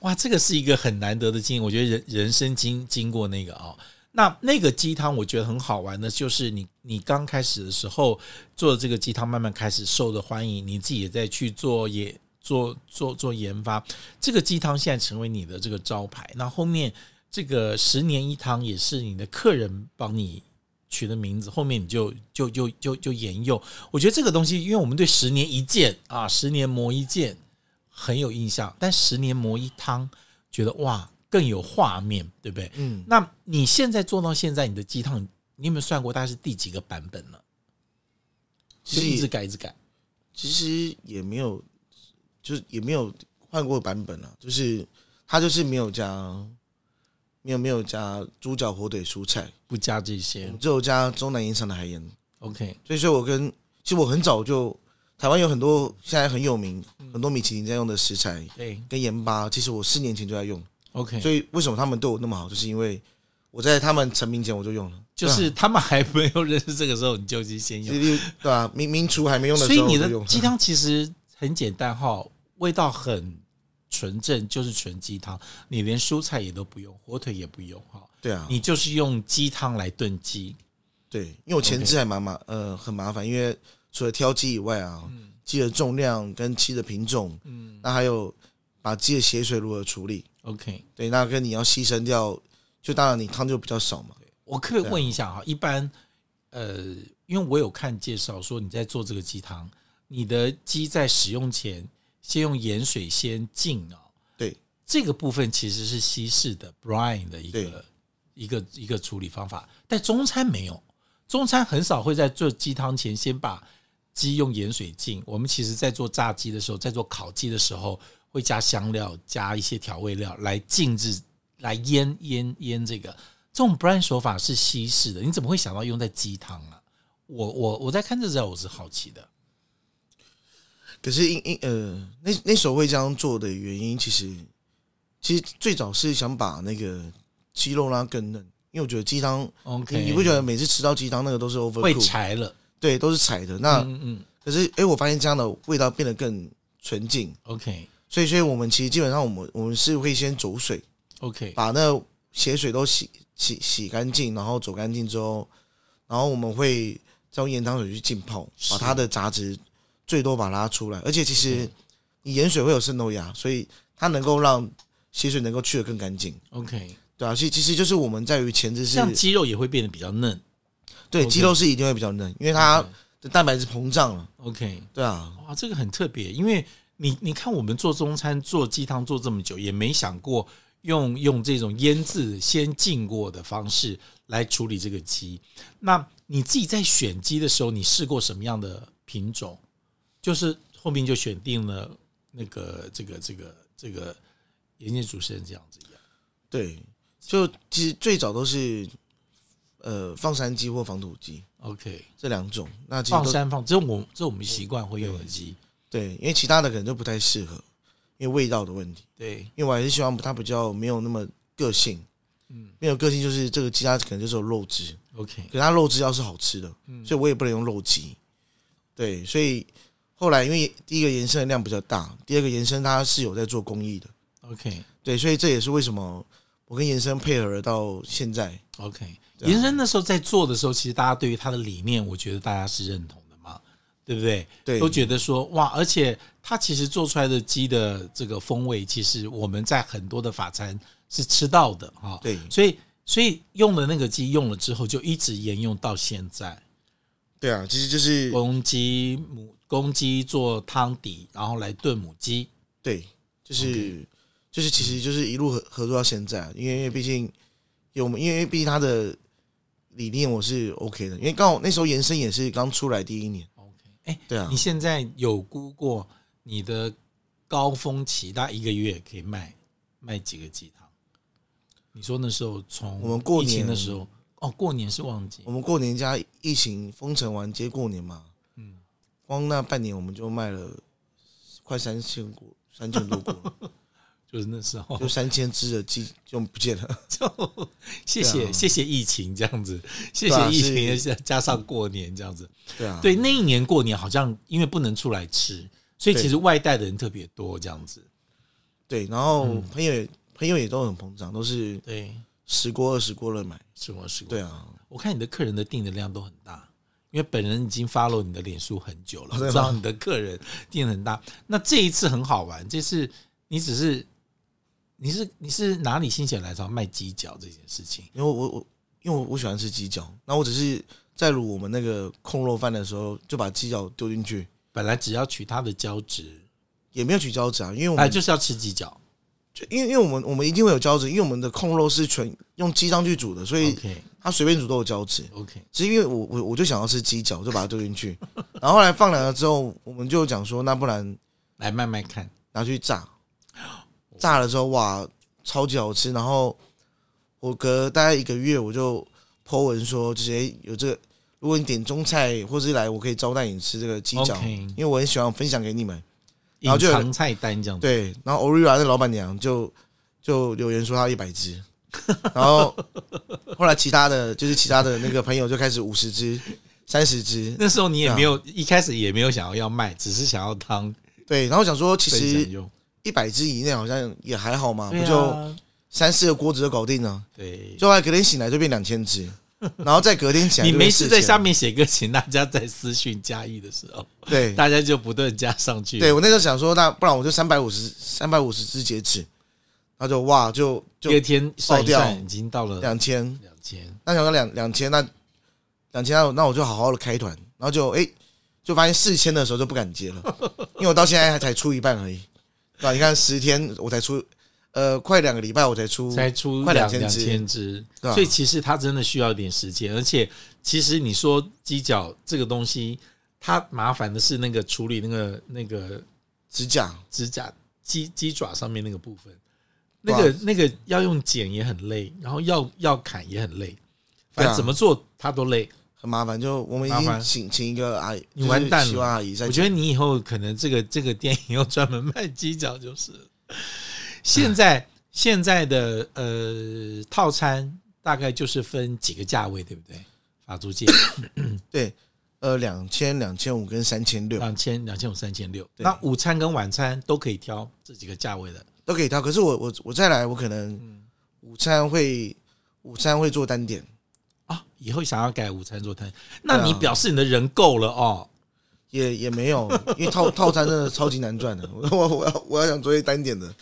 Speaker 1: 哇，这个是一个很难得的经验，我觉得人人生经经过那个哦，那那个鸡汤我觉得很好玩的，就是你你刚开始的时候做的这个鸡汤，慢慢开始受的欢迎，你自己也在去做也做做做研发，这个鸡汤现在成为你的这个招牌，那后面这个十年一汤也是你的客人帮你。取的名字，后面你就就就就就沿用。我觉得这个东西，因为我们对十年一见啊，十年磨一剑，很有印象，但十年磨一汤，觉得哇更有画面，对不对？
Speaker 2: 嗯，
Speaker 1: 那你现在做到现在，你的鸡汤，你有没有算过大概是第几个版本呢？就一
Speaker 2: 其
Speaker 1: 直
Speaker 2: 实
Speaker 1: 改，一直改。
Speaker 2: 其实也没有，就是也没有换过版本啊，就是他就是没有加，没有没有加猪脚、火腿、蔬菜，
Speaker 1: 不加这些
Speaker 2: 只有加中南盐场的海盐，
Speaker 1: ，OK，
Speaker 2: 所以说我跟其实我很早就台湾有很多现在很有名，
Speaker 1: 嗯
Speaker 2: 很多米其林在用的食材
Speaker 1: 对
Speaker 2: 跟盐巴，其实我四年前就在用。
Speaker 1: 哎，OK，
Speaker 2: 所以为什么他们对我那么好，就是因为我在他们成名前我就用了，
Speaker 1: 就是他们还没有认识这个时候，你就去先用。
Speaker 2: 对啊对啊，名名厨还没用的
Speaker 1: 所
Speaker 2: 时
Speaker 1: 以
Speaker 2: 候
Speaker 1: 你
Speaker 2: 我
Speaker 1: 的
Speaker 2: 就用了。
Speaker 1: 鸡汤其实很简单哈，味道很纯正，就是纯鸡汤。你连蔬菜也都不用，火腿也不用哈，
Speaker 2: 对啊，
Speaker 1: 你就是用鸡汤来炖鸡。
Speaker 2: 对，因为我前置还蛮麻呃很麻烦，因为除了挑鸡以外啊，
Speaker 1: 嗯
Speaker 2: 鸡的重量跟鸡的品种，嗯，那还有把鸡的血水如何处理，
Speaker 1: OK，
Speaker 2: 对，那跟你要牺牲掉，就当然你汤就比较少嘛，
Speaker 1: 我可不
Speaker 2: 啊
Speaker 1: 可以问一下哈？一般，呃，因为我有看介绍说你在做这个鸡汤，你的鸡在使用前先用盐水先浸啊、
Speaker 2: 对，
Speaker 1: 这个部分其实是西式的 brine 的一
Speaker 2: 对
Speaker 1: 个一个一个处理方法，但中餐没有，中餐很少会在做鸡汤前先把鸡用盐水浸。我们其实在做炸鸡的时候，在做烤鸡的时候，会加香料、加一些调味料来浸制、来腌腌腌这个。这种 brine 手法是西式的，你怎么会想到用在鸡汤啊？我我我在看这之后，我是好奇的。
Speaker 2: 可是因因呃，那那时候会这样做的原因，其实其实最早是想把那个鸡肉让它更嫩，因为我觉得鸡汤，
Speaker 1: OK，
Speaker 2: 你你不觉得每次吃到鸡汤那个都是
Speaker 1: 会
Speaker 2: overcook，
Speaker 1: 柴了？
Speaker 2: 对，都是柴的。那、
Speaker 1: 嗯嗯
Speaker 2: 可是哎、我发现这样的味道变得更纯净，
Speaker 1: ，OK
Speaker 2: 所以所以我们其实基本上我们我们是会先走水，
Speaker 1: OK，
Speaker 2: 把那血水都洗洗洗干净，然后走干净之后，然后我们会再用盐糖水去浸泡，
Speaker 1: 是嗯
Speaker 2: 把它的杂质最多把它拉出来。而且其实你盐水会有渗透压，所以它能够让血水能够去得更干净。
Speaker 1: OK，
Speaker 2: 对啊，其其实就是我们在于前置是
Speaker 1: 像鸡肉也会变得比较嫩。
Speaker 2: 对
Speaker 1: OK
Speaker 2: 鸡肉是一定会比较嫩，因为它的蛋白质膨胀了。
Speaker 1: OK，
Speaker 2: 对啊，
Speaker 1: 哇，这个很特别，因为你你看我们做中餐做鸡汤做这么久，也没想过用用这种腌制先浸过的方式来处理这个鸡。那你自己在选鸡的时候，你试过什么样的品种？就是后面就选定了那个这个这个这个盐业主持人这样子一样。
Speaker 2: 对，就其实最早都是呃放山鸡或防土鸡
Speaker 1: OK，
Speaker 2: 这两种，那其实
Speaker 1: 放
Speaker 2: 都
Speaker 1: 山放，这我这我们习惯会用的鸡，
Speaker 2: 对，因为其他的可能就不太适合，因为味道的问题。
Speaker 1: 对
Speaker 2: 因为我还是希望它比较没有那么个性，嗯，没有个性就是这个鸡它可能就是有肉汁，
Speaker 1: ，OK，
Speaker 2: 可是它肉汁要是好吃的，
Speaker 1: 嗯
Speaker 2: 所以我也不能用肉鸡。对，所以后来因为第一个延伸的量比较大，第二个延伸它是有在做公益的，
Speaker 1: OK，
Speaker 2: 对，所以这也是为什么我跟延伸配合了到现在。
Speaker 1: OK，
Speaker 2: 对啊
Speaker 1: 延伸那时候在做的时候，其实大家对于他的理念，我觉得大家是认同的嘛，对不对？
Speaker 2: 对
Speaker 1: 都觉得说哇，而且他其实做出来的鸡的这个风味，其实我们在很多的法餐是吃到的哈、
Speaker 2: 对
Speaker 1: 所以所以用了那个鸡，用了之后就一直沿用到现在，
Speaker 2: 对啊，其实就是
Speaker 1: 公鸡母公鸡做汤底，然后来炖母鸡。
Speaker 2: 对，就是就是其实就是一路合合作到现在，啊因为因为毕竟有我们，因为毕竟他的理念我是 OK 的，因为刚好那时候延伸也是刚出来第一年，
Speaker 1: OK，哎，
Speaker 2: 对啊
Speaker 1: 你，现在有估过你的高峰期，大概一个月可以卖卖几个鸡汤？你说那时候从
Speaker 2: 我们过
Speaker 1: 疫
Speaker 2: 年
Speaker 1: 情的时候，哦，过年是旺季
Speaker 2: 我们过年加疫情封城完接过年嘛，
Speaker 1: 嗯
Speaker 2: 嗯，光那半年我们就卖了快三千锅。三千多 锅，
Speaker 1: 就是那时候
Speaker 2: 就三千只的鸡就不见了。
Speaker 1: 就谢谢、
Speaker 2: 对啊
Speaker 1: 谢谢疫情这样子，谢
Speaker 2: 对啊
Speaker 1: 谢疫情
Speaker 2: 是
Speaker 1: 也是加上过年这样子。
Speaker 2: 对啊，
Speaker 1: 对，那一年过年好像因为不能出来吃，所以
Speaker 2: 对
Speaker 1: 其实外带的人特别多这样子。
Speaker 2: 对，然后朋友也朋友也都很膨胀，都是
Speaker 1: 对，
Speaker 2: 十锅二十锅了买。
Speaker 1: 是我是我。
Speaker 2: 对啊，
Speaker 1: 我看你的客人的订的量都很大，因为本人已经 follow 你的脸书很久了，我
Speaker 2: 哦对吗
Speaker 1: 知道你的客人订得很大。那这一次很好玩，这次你只是你是你是哪里心血来潮卖鸡脚这件事情？
Speaker 2: 因为我我我因为我我喜欢吃鸡脚，那我只是在卤我们那个控肉饭的时候，就把鸡脚丢进去，
Speaker 1: 本来只要取它的胶质，
Speaker 2: 也没有取胶质啊，因为我
Speaker 1: 哎，
Speaker 2: 们
Speaker 1: 就是要吃鸡脚。
Speaker 2: 就因为因为我们我们一定会有胶质，因为我们的控肉是全用鸡汤去煮的，所以
Speaker 1: OK
Speaker 2: 它随便煮都有胶质。
Speaker 1: OK，
Speaker 2: 只是因为我我我就想要吃鸡脚，就把它丢进去，然后后来放凉了之后，我们就讲说，那不然
Speaker 1: 来慢慢看。
Speaker 2: 拿去炸，炸了之后哇，超级好吃。然后我隔大概一个月，我就 po 文说，就是诶有这个，如果你点中菜或是来，我可以招待你吃这个鸡脚
Speaker 1: OK
Speaker 2: 因为我很喜欢分享给你们。
Speaker 1: 隐
Speaker 2: 然后就有
Speaker 1: 藏菜单这样子，
Speaker 2: 对，然后 Orira 的老板娘就就留言说她一 百只，然后后来其他的就是其他的那个朋友就开始五十只、三十只，
Speaker 1: 那时候你也没有、
Speaker 2: 啊
Speaker 1: 一开始也没有想要要卖，只是想要当
Speaker 2: 对，然后想说其
Speaker 1: 分
Speaker 2: 实
Speaker 1: 享用，
Speaker 2: 一百只以内好像也还好嘛，
Speaker 1: 对
Speaker 2: 不
Speaker 1: 啊
Speaker 2: 就三四个锅子就搞定了。
Speaker 1: 对。
Speaker 2: 就后来隔天醒来就变两千只，然后再隔天起来
Speaker 1: 你
Speaker 2: 就变
Speaker 1: 没事在
Speaker 2: 4000
Speaker 1: 下面写歌，请大家在私讯加一的时候，
Speaker 2: 对
Speaker 1: 大家就不断加上去。
Speaker 2: 对，我那时候想说，那不然我就三百五十三百五十只截止，然后就哇就就
Speaker 1: 第二天算一
Speaker 2: 爆
Speaker 1: 算，
Speaker 2: 掉
Speaker 1: 已经到了
Speaker 2: 两千，
Speaker 1: 两千。
Speaker 2: 那想说两两千那两千那我那我就好好的开团，然后就哎、就发现四千的时候就不敢接了，因为我到现在还才出一半而已，对吧？你看十天我才出，呃，快两个礼拜我才出，
Speaker 1: 才出
Speaker 2: 快
Speaker 1: 两
Speaker 2: 2000只
Speaker 1: 千只，
Speaker 2: 对啊
Speaker 1: 所以其实它真的需要一点时间，而且其实你说鸡脚这个东西，它麻烦的是那个处理那个那个
Speaker 2: 指甲
Speaker 1: 指甲鸡鸡爪上面那个部分，
Speaker 2: 对
Speaker 1: 那
Speaker 2: 啊
Speaker 1: 个那个要用剪也很累，然后要要砍也很累，反
Speaker 2: 对
Speaker 1: 正
Speaker 2: 啊
Speaker 1: 怎么做它都累。
Speaker 2: 很麻烦。就我们已
Speaker 1: 麻
Speaker 2: 经
Speaker 1: 烦
Speaker 2: 请请一个阿姨，
Speaker 1: 你完蛋了
Speaker 2: 希望阿姨在。
Speaker 1: 我觉得你以后可能这个这个店以后专门卖鸡脚就是了。现在现在的呃套餐大概就是分几个价位，对不对？法租界
Speaker 2: 对，呃，两千、两千五跟三千六
Speaker 1: 两千、两千五、三千六，
Speaker 2: 对
Speaker 1: 那午餐跟晚餐都可以挑这几个价位的。
Speaker 2: 都可以挑。可是我我我再来，我可
Speaker 1: 嗯
Speaker 2: 能午餐会午餐会做单点，
Speaker 1: 啊，以后想要改午餐做餐，那
Speaker 2: 对啊
Speaker 1: 你表示你的人够了哦。
Speaker 2: 也也 没有，因为套套餐真的超级难赚的。我我我要我要想做一单点的，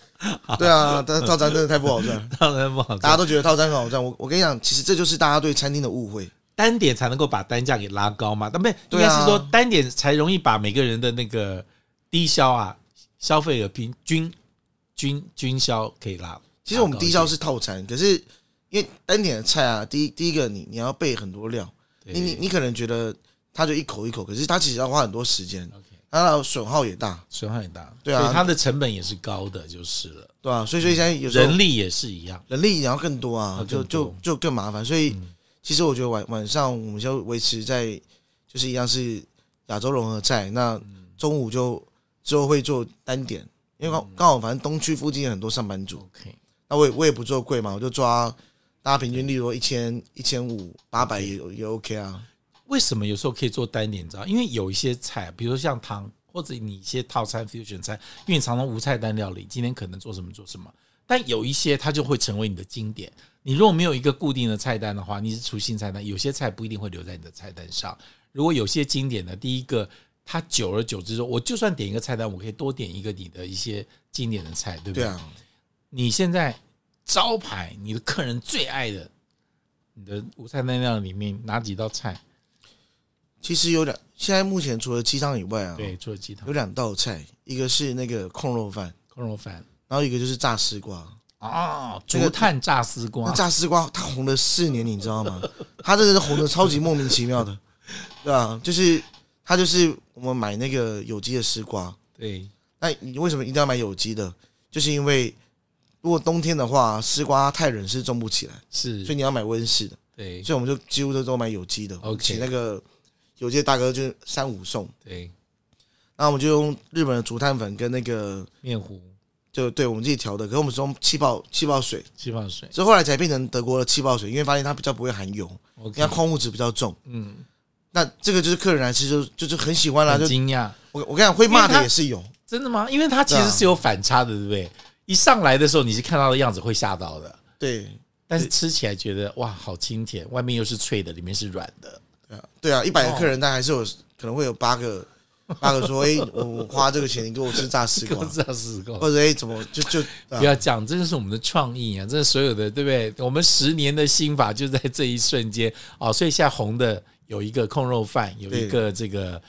Speaker 2: 对啊，但是套餐真的太不 好赚，
Speaker 1: 当然不好
Speaker 2: 大家
Speaker 1: 做，
Speaker 2: 都觉得套餐很好赚。我我跟你讲，其实这就是大家对餐厅的误会。
Speaker 1: 单点才能够把单价给拉高嘛，但不是应
Speaker 2: 对
Speaker 1: 该
Speaker 2: 啊
Speaker 1: 是说单点才容易把每个人的那个低消啊，消费额平均均均消可以拉。
Speaker 2: 其实我们
Speaker 1: 拉高一
Speaker 2: 低
Speaker 1: 点
Speaker 2: 消是套餐，可是因为单点的菜啊，第一第一个你你要备很多料，
Speaker 1: 对
Speaker 2: 你你你可能觉得它就一口一口，可是它其实要花很多时间，
Speaker 1: OK，
Speaker 2: 它的损耗也大，
Speaker 1: 损耗很大，
Speaker 2: 对啊
Speaker 1: 所以它的成本也是高的，就是了，
Speaker 2: 对吧、所以所以现在有时候
Speaker 1: 嗯人力也是一样。
Speaker 2: 人力也要更多啊
Speaker 1: 要，
Speaker 2: 就
Speaker 1: 更
Speaker 2: 就
Speaker 1: 多嗯
Speaker 2: 就更麻烦。所以其实我觉得晚晚上我们就维持在就是一样是亚洲融合菜，那
Speaker 1: 嗯
Speaker 2: 中午就之后会做单点，因为
Speaker 1: 嗯
Speaker 2: 刚刚好反正东区附近有很多上班族，
Speaker 1: OK，
Speaker 2: 那我也我也不做贵嘛，我就抓大家平
Speaker 1: 嗯
Speaker 2: 均，例如一千一千五八百也也 OK 啊。
Speaker 1: 为什么有时候可以做单点？你知道，因为有一些菜，比如说像汤，或者你一些套餐 fusion 菜，因为你常常无菜单料理，今天可能做什么做什么，但有一些它就会成为你的经典。你如果没有一个固定的菜单的话，你是出新菜单，有些菜不一定会留在你的菜单上。如果有些经典的，第一个它久而久之说，我就算点一个菜单，我可以多点一个你的一些经典的菜，对不
Speaker 2: 对啊，
Speaker 1: 你现在招牌，你的客人最爱的，你的无菜单料理里面哪几道菜？
Speaker 2: 其实有两，现在目前除了鸡汤以外啊，
Speaker 1: 对，做鸡汤
Speaker 2: 有、两道菜，一个是那个控肉饭，
Speaker 1: 空肉饭
Speaker 2: 然后一个就是炸丝瓜。
Speaker 1: 啊，
Speaker 2: 这个
Speaker 1: 竹炭炸丝瓜
Speaker 2: 那，炸丝瓜它红了四年，你知道吗？ 它真的是红的超级莫名其妙的， 对啊，就是它就是我们买那个有机的丝瓜，
Speaker 1: 对，
Speaker 2: 那你为什么一定要买有机的？就是因为如果冬天的话，丝瓜太冷是种不起来，所
Speaker 1: 是
Speaker 2: 以，你要买温室的，
Speaker 1: 对，
Speaker 2: 所以我们就几乎都都买有机的。
Speaker 1: OK
Speaker 2: 请那个有机的大哥就是三五送，
Speaker 1: 对，
Speaker 2: 那我们就用日本的竹炭粉跟那个
Speaker 1: 面糊、
Speaker 2: 就对我们自己调的，可是我们是用气泡气泡水，
Speaker 1: 气泡水
Speaker 2: 所以后来才变成德国的气泡水，因为发现它比较不会含油。
Speaker 1: ，OK，
Speaker 2: 人家矿物质比较重，
Speaker 1: 嗯，
Speaker 2: 那这个就是客人来吃就就是很喜欢啦、
Speaker 1: 很
Speaker 2: 就
Speaker 1: 惊讶，
Speaker 2: 我我跟你讲，会骂的也是有，
Speaker 1: 真的吗？因为它
Speaker 2: 啊
Speaker 1: 其实是有反差的，对不对？一上来的时候你是看到的样子会吓到的，
Speaker 2: 对
Speaker 1: 但是吃起来觉得哇，好清甜，外面又是脆的，里面是软的，
Speaker 2: 对啊，对啊，一百
Speaker 1: 哦
Speaker 2: 个客人，但还是有可能会有八个八个说，哎、我我花这个钱，你给我 吃炸丝
Speaker 1: 这哦
Speaker 2: 瓜
Speaker 1: 个，炸丝瓜。
Speaker 2: 或者哎、怎么就就、对啊
Speaker 1: 不要讲，这就是我们的创意啊！这是所有的，对不对？我们十年的心法就在这一瞬间哦。所以现在红的有一个控肉饭，有一个这个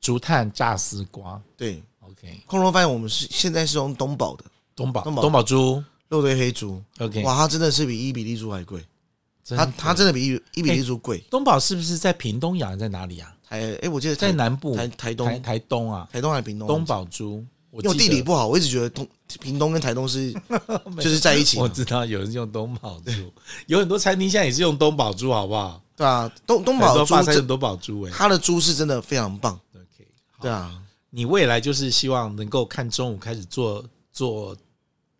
Speaker 1: 竹炭炸丝瓜。
Speaker 2: 对，
Speaker 1: OK，
Speaker 2: 空肉饭我们是现在是用东宝的
Speaker 1: 东宝
Speaker 2: 东宝
Speaker 1: 东宝猪。
Speaker 2: 肉堆黑猪，
Speaker 1: OK，
Speaker 2: 哇，它真的是比伊比利猪还贵，
Speaker 1: 真
Speaker 2: 它
Speaker 1: 的哎
Speaker 2: 它真的比伊伊比利猪贵，
Speaker 1: 东宝是不是在屏东呀？在哪里啊？
Speaker 2: 台哎、我记得台
Speaker 1: 在南部
Speaker 2: 台台
Speaker 1: 台
Speaker 2: 东
Speaker 1: 台东啊，
Speaker 2: 台东还是屏东，
Speaker 1: 东宝猪。我
Speaker 2: 因为我
Speaker 1: 记
Speaker 2: 地
Speaker 1: 得
Speaker 2: 理不好，我一直觉得东屏东跟台 东是就是在一起嘛，
Speaker 1: 我知道有人用东宝猪，有很多餐厅现在也是用东宝猪，好不好？
Speaker 2: 对啊，东东
Speaker 1: 很
Speaker 2: 宝
Speaker 1: 多
Speaker 2: 猪
Speaker 1: 发餐
Speaker 2: 这
Speaker 1: 用东宝猪哎。
Speaker 2: 它的猪是真的非常棒，
Speaker 1: OK，
Speaker 2: 对啊，
Speaker 1: 你未来就是希望能够看中午开始做做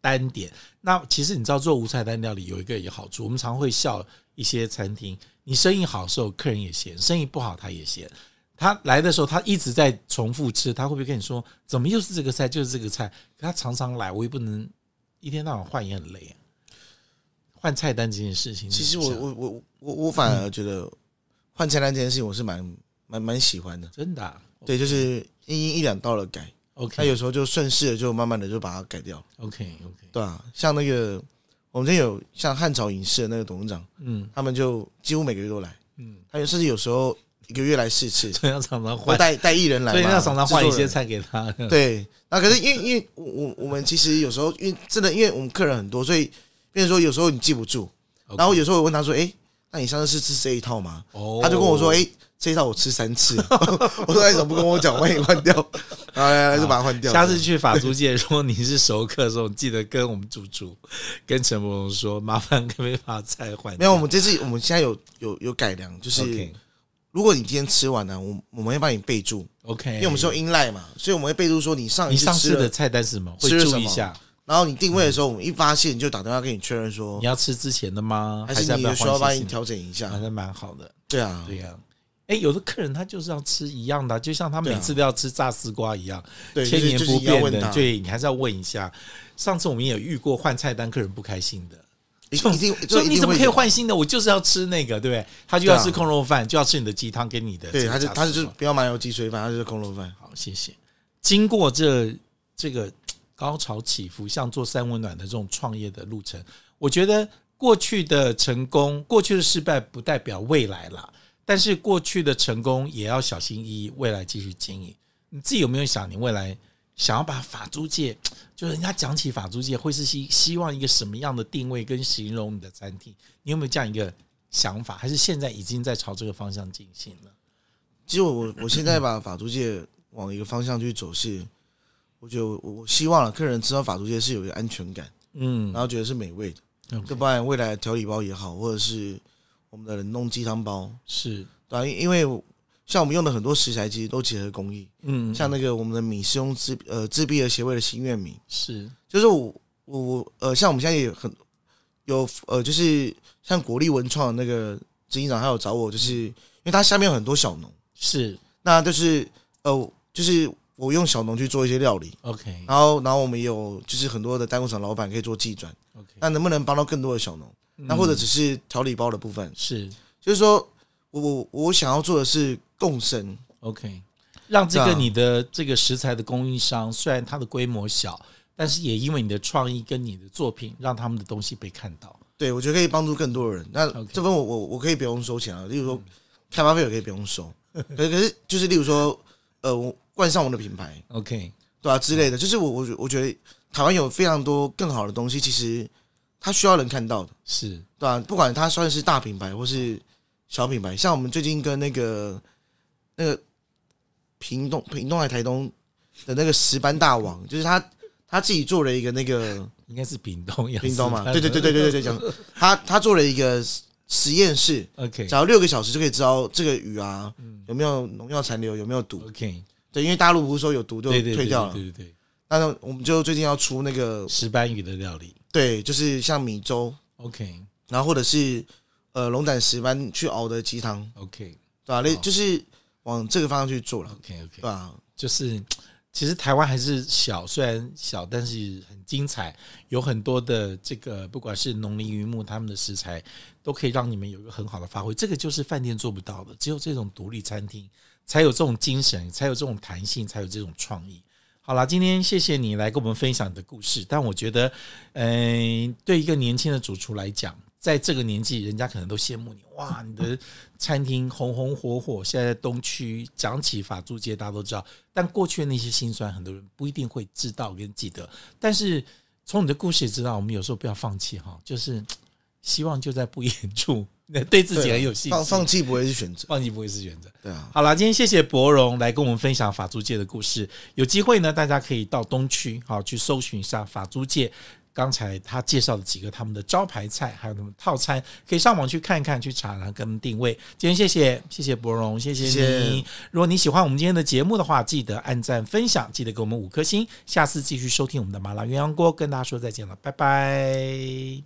Speaker 1: 单点。那其实你知道做无菜单料理有一个有好处，我们常会笑一些餐厅，你生意好的时候客人也嫌，生意不好他也嫌。他来的时候，他一直在重复吃，他会不会跟你说怎么又是这个菜，就是这个菜？可他常常来，我也不能一天到晚换，也很累啊。换菜单这件事情，
Speaker 2: 其实我
Speaker 1: 你想
Speaker 2: 我我我我反而觉得换菜单这件事情我是蛮蛮蛮喜欢的，
Speaker 1: 真的啊、
Speaker 2: 对，就是一一一两道的改，那
Speaker 1: OK
Speaker 2: 有时候就顺势的就慢慢的就把它改掉，
Speaker 1: OK OK，
Speaker 2: 对啊，像那个我们这有像汉朝影视的那个董事长，
Speaker 1: 嗯
Speaker 2: 他们就几乎每个月都来，
Speaker 1: 嗯，
Speaker 2: 他们甚至有时候一个月来四次，
Speaker 1: 所以要常常
Speaker 2: 我
Speaker 1: 换，
Speaker 2: 带带艺人来嘛，
Speaker 1: 所以要常常换一些
Speaker 2: 制作
Speaker 1: 菜给他。
Speaker 2: 人，对，那可是因为因为我我我们其实有时候因为真的因为我们客人很多，所以变成说有时候你记不住。
Speaker 1: OK
Speaker 2: 然后有时候我问他说：“哎、那你上次是吃这一套吗？”
Speaker 1: 哦
Speaker 2: 他就跟我说：“哎、这一套我吃三次。” 我说：“哎，怎么不跟我讲？万一换掉， 然后来来就把它换
Speaker 1: 啊
Speaker 2: 掉。”
Speaker 1: 下次去法租界，如果你是熟客的时候，记得跟我们主厨 跟陈伯荣说，麻烦可不可以把菜换掉？
Speaker 2: 没有，我们这次我们现在有有有改良，就是
Speaker 1: OK，
Speaker 2: 如果你今天吃完了，我我们会帮你备注，
Speaker 1: OK，
Speaker 2: 因为我们是用 in line 嘛，所以我们会备注说你上一
Speaker 1: 哎你
Speaker 2: 次
Speaker 1: 上
Speaker 2: 吃
Speaker 1: 次的
Speaker 2: 了，
Speaker 1: 菜单是什么？会
Speaker 2: 吃了
Speaker 1: 注
Speaker 2: 什
Speaker 1: 意一
Speaker 2: 么
Speaker 1: 下，
Speaker 2: 然后你定位的时候，我们一发现就打电话跟你确认说
Speaker 1: 你，要吃之前的吗？
Speaker 2: 哦还
Speaker 1: 是
Speaker 2: 是
Speaker 1: 要
Speaker 2: 你
Speaker 1: 不要
Speaker 2: 有需要帮
Speaker 1: 换
Speaker 2: 你
Speaker 1: 新的？
Speaker 2: 调整一下
Speaker 1: 还？是蛮好的，
Speaker 2: 对啊，
Speaker 1: 对呀、哎，有的客人他就是要吃一样的啊，就像他
Speaker 2: 对啊
Speaker 1: 每次都要吃炸丝瓜一样，
Speaker 2: 对，就
Speaker 1: 千
Speaker 2: 是
Speaker 1: 年
Speaker 2: 就是
Speaker 1: 不
Speaker 2: 你要
Speaker 1: 变
Speaker 2: 问
Speaker 1: 的。
Speaker 2: 他，
Speaker 1: 对你还是要问一下。上次我们也有遇过换菜单，客人不开心的，
Speaker 2: 一定一定
Speaker 1: 说
Speaker 2: 这一
Speaker 1: 你
Speaker 2: 定
Speaker 1: 怎么
Speaker 2: 会
Speaker 1: 可以
Speaker 2: 有？
Speaker 1: 换新的？我就是要吃那个，对不对？他就要
Speaker 2: 对啊
Speaker 1: 吃空肉饭，就要吃你的鸡汤跟你的这个
Speaker 2: 对，
Speaker 1: 炸
Speaker 2: 他
Speaker 1: 丝
Speaker 2: 就
Speaker 1: 瓜。
Speaker 2: 他就是不要麻油鸡水饭，他就是空肉饭。
Speaker 1: 好，谢谢。经过这这个高潮起伏，像做三温暖的这种创业的路程，我觉得过去的成功、过去的失败不代表未来啦。但是过去的成功也要小心翼翼，未来继续经营。你自己有没有想，你未来想要把法租界，就是人家讲起法租界，会是希希望一个什么样的定位跟形容你的餐厅？你有没有这样一个想法？还是现在已经在朝这个方向进行了？
Speaker 2: 其实我我我现在把法租界往一个方向去走是，我觉得我我希望了客人吃到法租界是有一个安全感，
Speaker 1: 嗯
Speaker 2: 然后觉得是美味的。
Speaker 1: OK
Speaker 2: 就包含未来的调理包也好，或者是我们的冷冻鸡汤包，
Speaker 1: 是，
Speaker 2: 对、啊，因为像我们用的很多食材其实都结合工艺，
Speaker 1: 嗯，
Speaker 2: 像那个我们的米是用自呃自闭儿协会的心愿米，
Speaker 1: 是。
Speaker 2: 就是我我我呃，像我们现在也有很有呃，就是像国立文创的那个执行长，他有找我，就是因为他下面有很多小农，
Speaker 1: 是
Speaker 2: 那就是呃，就是我用小农去做一些料理，
Speaker 1: OK
Speaker 2: 然后然后我们也有就是很多的代工厂老板可以做技转，
Speaker 1: OK，嗯
Speaker 2: 那能不能帮到更多的小农？那或者只是调理包的部分，
Speaker 1: 是
Speaker 2: 就是说我我我想要做的是共生，
Speaker 1: OK，让这
Speaker 2: 对
Speaker 1: 个
Speaker 2: 啊
Speaker 1: 你的这个食材的供应商，虽然它的规模小，但是也因为你的创意跟你的作品，让他们的东西被看到。
Speaker 2: 对我觉得可以帮助更多的人。那
Speaker 1: OK 嗯
Speaker 2: 这份我我我可以不用收钱啊，例如说开发费我可以不 用收，可可是就是例如说呃，我冠上我的品牌，
Speaker 1: OK，
Speaker 2: 对吧、之类
Speaker 1: 嗯
Speaker 2: 的，就是我我觉我觉得台湾有非常多更好的东西，其实它需要人看到的，
Speaker 1: 是
Speaker 2: 对吧、不管它算是大品牌或是小品牌，像我们最近跟那个那个屏东屏东还台东的那个石斑大王，就是他他自己做了一个那个。
Speaker 1: 应该是屏东呀，
Speaker 2: 冰冻嘛，
Speaker 1: 是吧
Speaker 2: 对对对对对对对，讲他他做了一个实实验室，
Speaker 1: OK
Speaker 2: 只要六个小时就可以知道这个鱼啊
Speaker 1: 嗯
Speaker 2: 有没有农药残留，有没有毒。
Speaker 1: OK，
Speaker 2: 对，因为大陆不是说有毒就
Speaker 1: 对对
Speaker 2: 退
Speaker 1: 对
Speaker 2: 掉了
Speaker 1: 对，对对，
Speaker 2: 那我们就最近要出那个
Speaker 1: 石斑鱼的料理
Speaker 2: 对，就是像米粥，
Speaker 1: OK
Speaker 2: 然后或者是呃龙胆石斑去熬的鸡汤，
Speaker 1: OK
Speaker 2: 对吧？类
Speaker 1: 哦
Speaker 2: 就是往这个方向去做了，
Speaker 1: OK OK，
Speaker 2: 对啊吧？
Speaker 1: 就是其实台湾还是小，虽然小，但是很精彩，有很多的这个不管是农林渔牧他们的食材，都可以让你们有一个很好的发挥。这个就是饭店做不到的，只有这种独立餐厅才有这种精神，才有这种弹性，才有这种创意。好啦，今天谢谢你来跟我们分享你的故事。但我觉得，嗯、对一个年轻的主厨来讲，在这个年纪，人家可能都羡慕你哇，你的餐厅红红火火。现在在东区讲起法租界，大家都知道，但过去的那些辛酸，很多人不一定会知道跟记得。但是从你的故事也知道，我们有时候不要放弃哈，就是嘖希望就在不远处，对自己
Speaker 2: 对啊
Speaker 1: 很有信心。
Speaker 2: 放放弃不会是选择，
Speaker 1: 放弃不会是选择。
Speaker 2: 对啊。
Speaker 1: 好啦，今天谢谢博荣来跟我们分享法租界的故事。有机会呢，大家可以到东区好去搜寻一下法租界。刚才他介绍的几个他们的招牌菜，还有他们套餐，可以上网去看一看，去查，然后跟定位。今天谢谢谢谢博荣，谢谢你。
Speaker 2: 谢谢
Speaker 1: 如果你喜欢我们今天的节目的话，记得按赞分享，记得给我们五颗星。下次继续收听我们的麻辣鸳鸯锅，跟大家说再见了，拜拜。